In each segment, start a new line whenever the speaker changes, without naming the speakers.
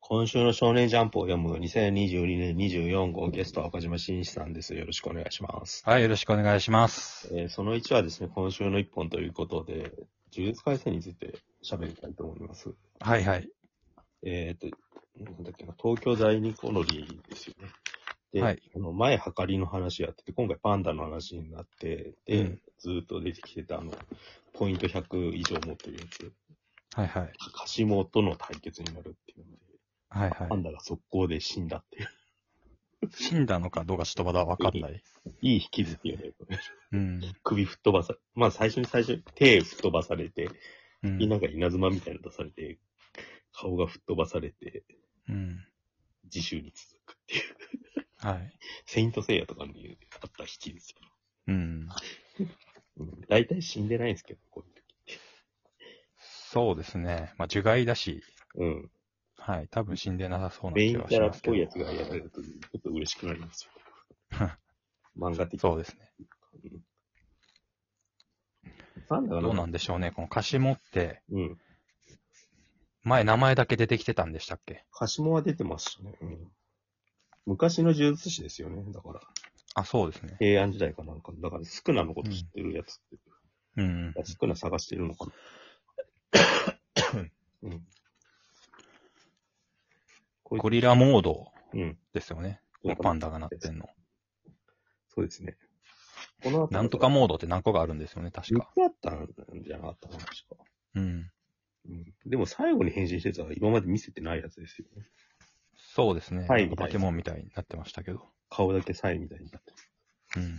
今週の少年ジャンプを読む2022年24号ゲストは岡島真一さんです。よろしくお願いします。
はい、よろしくお願いします。
えーその1はですね、今週の1本ということで、呪術改正について喋りたいと思います。
はいはい。
えー、っと、なんだっけな、東京第二コノリですよね。で、
はい
あの前、はかりの話やってて、今回パンダの話になって、で、
うん
ずーっと出てきてたあの、ポイント100以上持ってるやつ、
はいはい。
カシモとの対決になるっていうので、
はい
パ
は
ンダが速攻で死んだっていう。
い。死んだのかどうかちょっとまだわかんない。
いい引きずりよね、これ
うん。
首吹っ飛ばさ、まあ最初に最初に手吹っ飛ばされて、
う。
なんんか稲妻みたいなの出されて、顔が吹っ飛ばされて、
うん。
自習に続くっていう。
はい。
セイントセイヤとかにあった引きですよ。
うん。
うん、大体死んでないんですけど、こういう時って。
そうですね。まあ、呪害だし、
うん。
はい。多分死んでなさそうな
メイ
気
ン
は
キ
し
ャラ
ま
っ
すけ
ぽいや
ど。
つがやられると、ちょっと嬉しくなります よ。漫画的
そうですね。
パンダが
どうなんんでしょうね。この貸し持って、
うん。
前名前だけ出てきてたんでしたっけ
カシモは出てましたね。うん。昔の呪術師ですよね。だから、
あ、そうですね。
平安時代かなんか、だから、スクナのこと知ってるやつって、
うん。
スクナ探してるのか な。うん。こいつ
ゴリラモード
うん。
ですよね。
なんか
パンダがなってんの。
そうですね。この後
なんとかモードって何個かあるんですよね、確
3
か。
つあったんじゃなかったかな、確か。
うん。
うん。でも最後に変身してたら今まで見せてないやつですよね。
そうですね。
はい
なんか化け物みたいになってましたけど。
顔だけサイみたいになってる。
うん。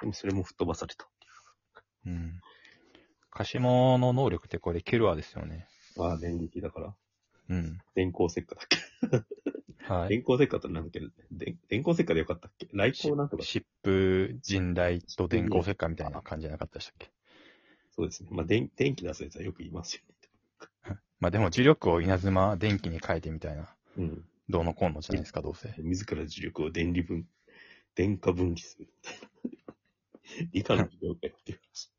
でもそれも吹っ飛ばされた。
うん。カシモの能力ってこれキルアですよね。
ああ、電撃だから。
うん。
電光石火だっけ。
はい。
電光石火ってなんだっけで電光石火でよかったっけ来光なんとか。
疾風、人雷と電光石火みたいな感じじゃなかったでしたっけ
そうですね。まあ、電電気出すやつはよく言いますよ
まあでも呪力を稲妻、電気に変えてみたいな、
ね。うん。
どうのこうのじゃないですか、どうせ。
自ら磁力を電離分、電化分離する。 理科の授業かよっていう話。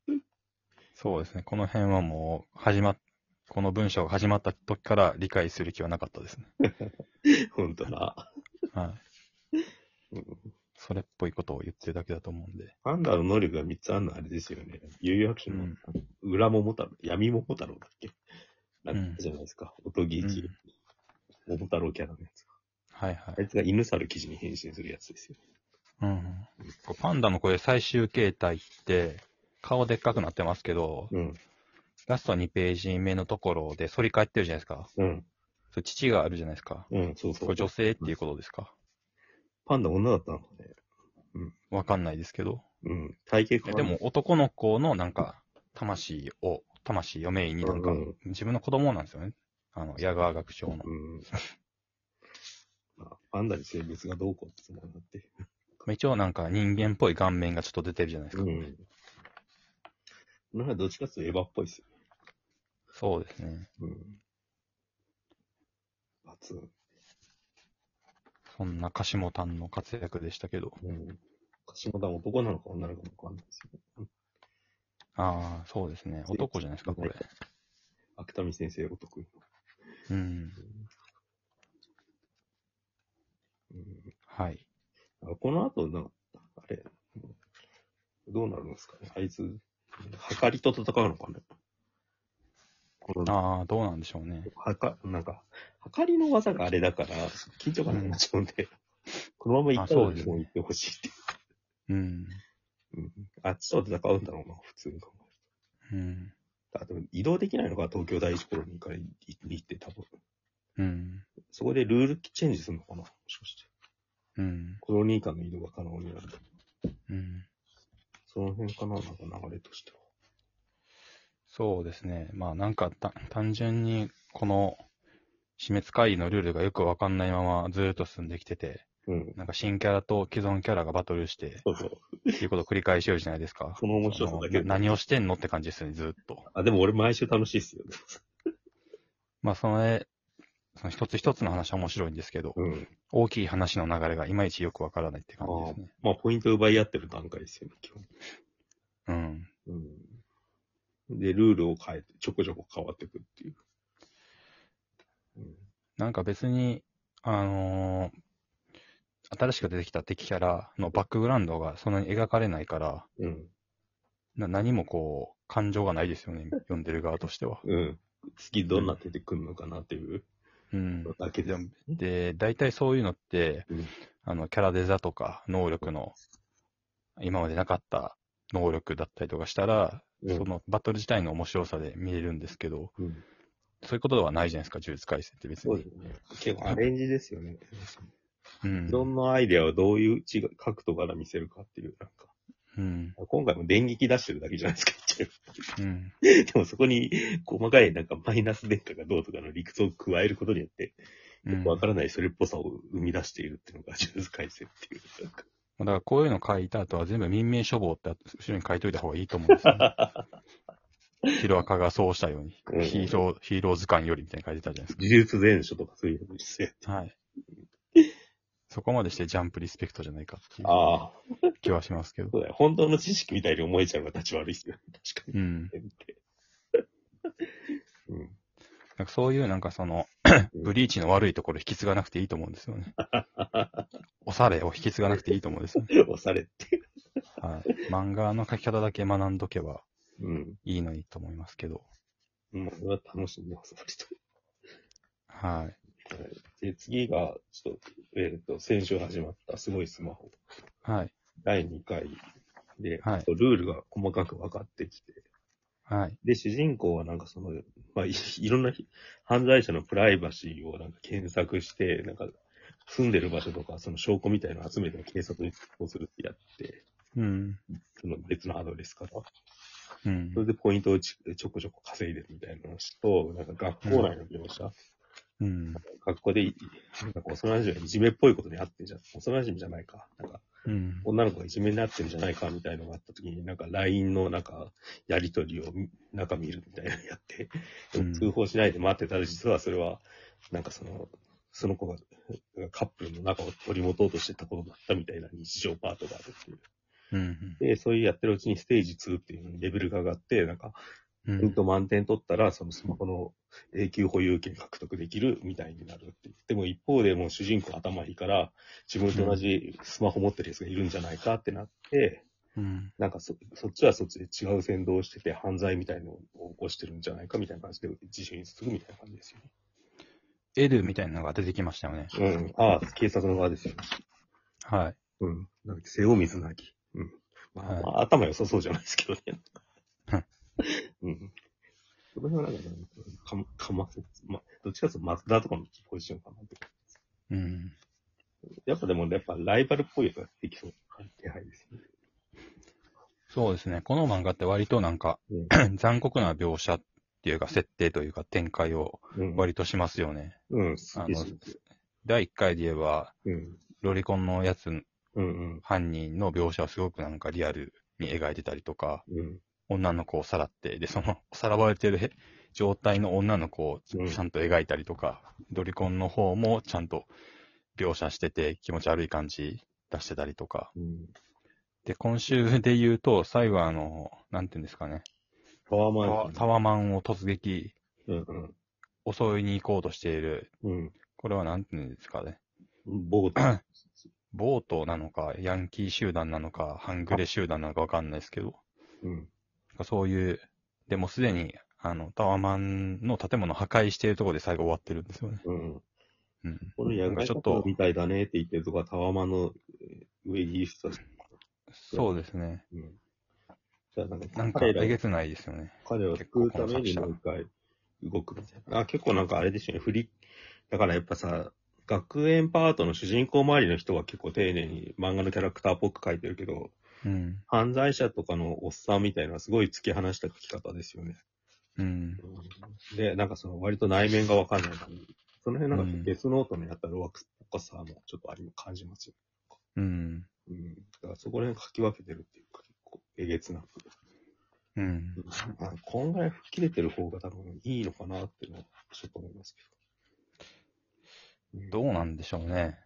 そうですね。この辺はもう、始まっ、この文章が始まった時から理解する気はなかったですね。
本当な。
はい。
うん
それっぽいことを言ってるだけだと思うんで。
パンダの能力が3つあるのはあれですよね。悠々白書の裏桃太郎、闇桃太郎だっけなんかじゃないですか。おとぎ
うん
一、桃太郎キャラのやつ。
はいは
あ
い。
いつが犬猿記事に変身するやつですよ。
うん。パンダのこれ最終形態って、顔でっかくなってますけど、
うん。
ラスト2ページ目のところで反り返ってるじゃないですか。
うん。
それ父があるじゃないですか。
うん、そうそ
これ
う。
女性っていうことですか
パンダ女だったのかね。
わかんないですけど。
うん。体型
え
変
で
わんない
も男の子のなんか、魂を、魂をメインになんか
うんうん、
自分の子供なんですよね。あの、矢川学長の。
うん。まあ、パンダに性別がどうこうってつもりだって。
まあ一応なんか人間っぽい顔面がちょっと出てるじゃないです
う
か。
ん。なんかどっちかっていうとエヴァっぽいっすよ。
そうですね。
うん。罰。
そんな鹿島丹の活躍でしたけど。
うん。柏田は男なのか女なのかもわかんないですよ。
ああ、そうですね。男じゃないですか、これ。
芥見先生お得意
うん。
の。
はい。
うん、あこの後な、あれ、どうなるんですかねあいつ、はかりと戦うのかねこの、
ああ、どうなんでしょうね。
はか、なんか、はかりの技があれだから、緊張感になっちゃうんで、このまま行ったら
あそうですね
もう行ってほしいって
うん。
いう。うんあっちと戦うんだろうな、普通に考え
うん。
たら。あでも移動できないのか、東京第一コロニーからい行って、多分。
うん。
そこでルールチェンジするのかなもしかして。
うん。
コロニー間の移動が可能になる。
うん。
その辺かな、なんか流れとしては。
そうですね。まあなんかた単純にこの死滅会議のルールがよくわかんないままずーっと進んできてて、
うん。
なんか新キャラと既存キャラがバトルして、
そうそう。
っていうことを繰り返しよるじゃないですか。
その面白さだけ
そのな何をしてんのって感じですよね、ずーっと。
あ、でも俺毎週楽しいっすよ。
まあその絵、その一つ一つの話は面白いんですけど、
うん。
大きい話の流れがいまいちよくわからないって感じですね。
まあ、ポイント奪い合ってる段階ですよね、基本。
うん。
うん。で、ルールを変えて、ちょこちょこ変わってくっていう。うん。
なんか別に、あのー新しく出てきた敵キャラのバックグラウンドがそんなに描かれないから、
うん。
な何もこう、感情がないです よね、読んでる側としては。
うん。次どんな出てくるのかなっていう
うん
の。だけで
で。で、大体そういうのって、
うん
あの、キャラデザとか、能力の、今までなかった能力だったりとかしたら、
うん
そのバトル自体の面白さで見れるんですけど、
うん
そういうことではないじゃないですか、呪術廻戦って別
そう
に
で。すね。結構アレンジですよね。
う
い
ん。
ろんなアイデアをどういう違う角度から見せるかっていう、なんか。
うん。
今回も電撃出してるだけじゃないですか、言っちゃ
うん。
えばでもそこに細かいなんかマイナス電荷がどうとかの理屈を加えることによって、
う
よ
ん
くわからないそれっぽさを生み出しているっていうのが、ジュース改正っていう。なんか
だからこういうの書いた後は全部民命処方って後ろに書いといた方がいいと思うんですよ、ね。 ヒロアカがそうしたように、
うん
ヒーロー、ヒーロー図鑑よりみたいに書いてたじゃないです
呪術全書とかそういうのですよ。
か。はい。そこまでしてジャンプリスペクトじゃないかっていう
ああ、
気はしますけど。
そうだよ。本当の知識みたいに思えちゃうのが立ち悪いですよね。確かに。
うん。
うん。
なんかそういうなんかその、ブリーチの悪いところ引き継がなくていいと思うんですよね。おされを引き継がなくていいと思うんですよね。
押されて。
はい。漫画の書き方だけ学んどけば
うん。
いいのにと思いますけど。
もう、それは楽しんでます、割と。
は
で、次が、ちょっと、えっ、と、先週始まった、すごいスマホ。
い。はい。
第2回で、
はい
ちょっとルールが細かく分かってきて、
はい。
で、主人公はなんかその、まあ、い いろんなひ犯罪者のプライバシーをなんか検索して、なんか、住んでる場所とか、その証拠みたいなのを集めて警察に通報するってやって、
うん。
その別のアドレスから。
うん
そ。れでポイントをちちょこちょこ稼いでるみたいな話と、なんか学校内の描写、
うん。
学校でい、なんか幼馴染がいじめっぽいことにあってんじゃん。幼馴染じゃないか。なんか、
うん。
女の子がいじめになってるんじゃないかみたいのがあった時に、なんか LINE のなんか、やりとりをみ中見るみたいなのやって
うん、
通報しないで待ってたら、実はそれは、なんかその、その子がカップルの中を取り持とうとしてたことだったみたいな日常パートがあるっていう。
うん。
で、そういうやってるうちにステージ2っていうのにレベルが上がって、なんか、
うん
ポイント満点取ったら、そのスマホの永久保有権獲得できるみたいになるって言っても、一方でもう主人公頭いいから、自分と同じスマホ持ってるやつがいるんじゃないかってなって、
うん。
なんかそそっちはそっちで違う先導をしてて、犯罪みたいのを起こしてるんじゃないかみたいな感じで自主にするみたいな感じですよね。
L みたいなのが出てきましたよね。
うん。ああ、警察の側ですよね。
はい。
うん。なんだっけ、瀬尾水なぎ。うん。まあ、
はい
まあ頭良さそうじゃないですけど
うん
ね。うん。その辺はなんか、かま、かませ、ま、どっちかというと松田とかのポジションかなと。
うん。
やっぱでも、やっぱライバルっぽいやつができそうな気配ですね。
そうですね。この漫画って割となんか、 残酷な描写っていうか、設定というか、展開を
うん。
割としますよね。
うん、好
あ
き
の第1回で言えば、
うん。
ロリコンのやつ、
うん
犯人の描写をすごくなんかリアルに描いてたりとか、
うん。うん。
女の子をさらって、で、その、 さらわれてるへ状態の女の子をち
うん
ちゃんと描いたりとか、ロリコンの方もちゃんと描写してて、気持ち悪い感じ出してたりとか。
うん。
で、今週で言うと、最後はあの、なんていうんですかね、
パワー
タ
マ
ワ
ン。
タワマンを突撃、
うん
襲いに行こうとしている、
うん。
これはなんていうんですかね、
うん。ボート。
ボートなのか、ヤンキー集団なのか、ハングレ集団なのかわかんないですけど、
うん。
なんかそういう、でもすでに、あの、タワマンの建物を破壊しているところで最後終わってるんですよね。
うん。
うん。
この野
なんか
外
ちょっ
と
と
みたいだねって言ってるとこはタワマンのえー上にいる人たち。
そうですね。
うん。じゃあなんか、
なんか、
彼ら
えげつないですよね。
彼を救うためにもう一回動くみたいな。あ、結構なんかあれですよね、振り、だからやっぱさ、学園パートの主人公周りの人は結構丁寧に漫画のキャラクターっぽく書いてるけど、
うん。
犯罪者とかのおっさんみたいなすごい突き放した書き方ですよね。
うん。
で、なんかその割と内面がわかんない感じ。その辺なんかデスノートのやったらワックスっぽさもちょっとあり感じますよ。
うん。
うん。だからそこら辺書き分けてるっていうか結構えげつなく。
うん。
まあ、こんぐらい吹っ切れてる方が多分いいのかなっていうのは、ちょっと思いますけど。
どうなんでしょうね。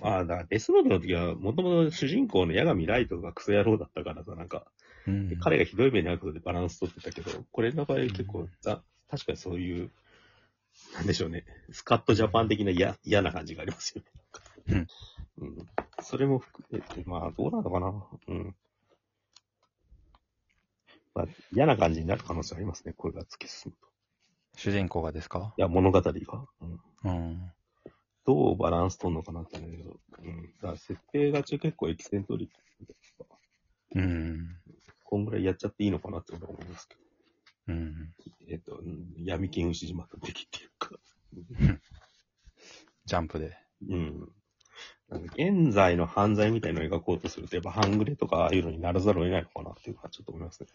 まあ、だから、デスノートの時は、もともと主人公の矢神ライトがクソ野郎だったからさ、なんか、
うん。
彼がひどい目に遭うことでバランス取ってたけど、これの場合結構ざ、確かにそういう、なんでしょうね。スカットジャパン的な嫌、嫌な感じがありますよね。うん。うん。それも含めて、まあ、どうなのかな。うん。まあ、嫌な感じになる可能性ありますね、これが突き進むと。
主人公がですか
いや、物語が。うん。
うん。
どうバランス取るのかなって思うんだけど。うん。だから、設定がち結構エキセントリックで。
うん。
こんぐらいやっちゃっていいのかなって俺は思いますけど。
うん。
えっ、と、うん闇金牛島の敵っていうか。
ジャンプで。
うん。なんか現在の犯罪みたいのを描こうとすると、やっぱ半グレとかああいうのにならざるを得ないのかなっていうのはちょっと思いますね。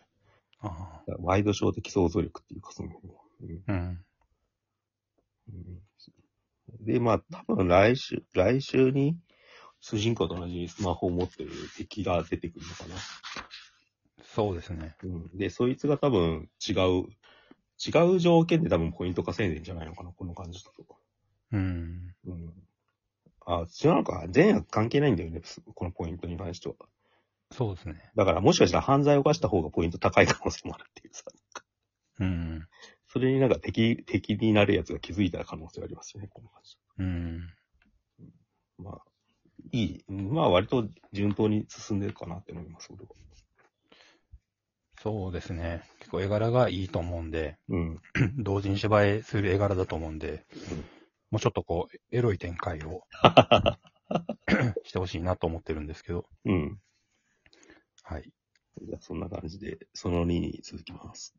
あ
だからワイドショー的想像力っていうか、その、うん
あ。うん。
うんで、まあ、多分来週、来週に、主人公と同じスマホを持ってる敵が出てくるのかな。
そうですね。
うん、で、そいつが多分違う、違う条件で多分ポイント稼いでんじゃないのかな、この感じだと。
うん。
うん。あ、違うのか。善悪関係ないんだよね、このポイントに関しては。
そうですね。
だからもしかしたら犯罪を犯した方がポイント高い可能性もあるっていうさ。
うん。
それになんか敵、敵になるやつが気づいたら可能性ありますよね、この感じ。
うん。
まあ、いい。まあ割と順当に進んでるかなって思います、俺は。
そうですね。結構絵柄がいいと思うんで、
うん。
同人芝居する絵柄だと思うんで、もうちょっとこう、エロい展開を してほしいなと思ってるんですけど、
うん。
はい。
じゃあそんな感じで、その2に続きます。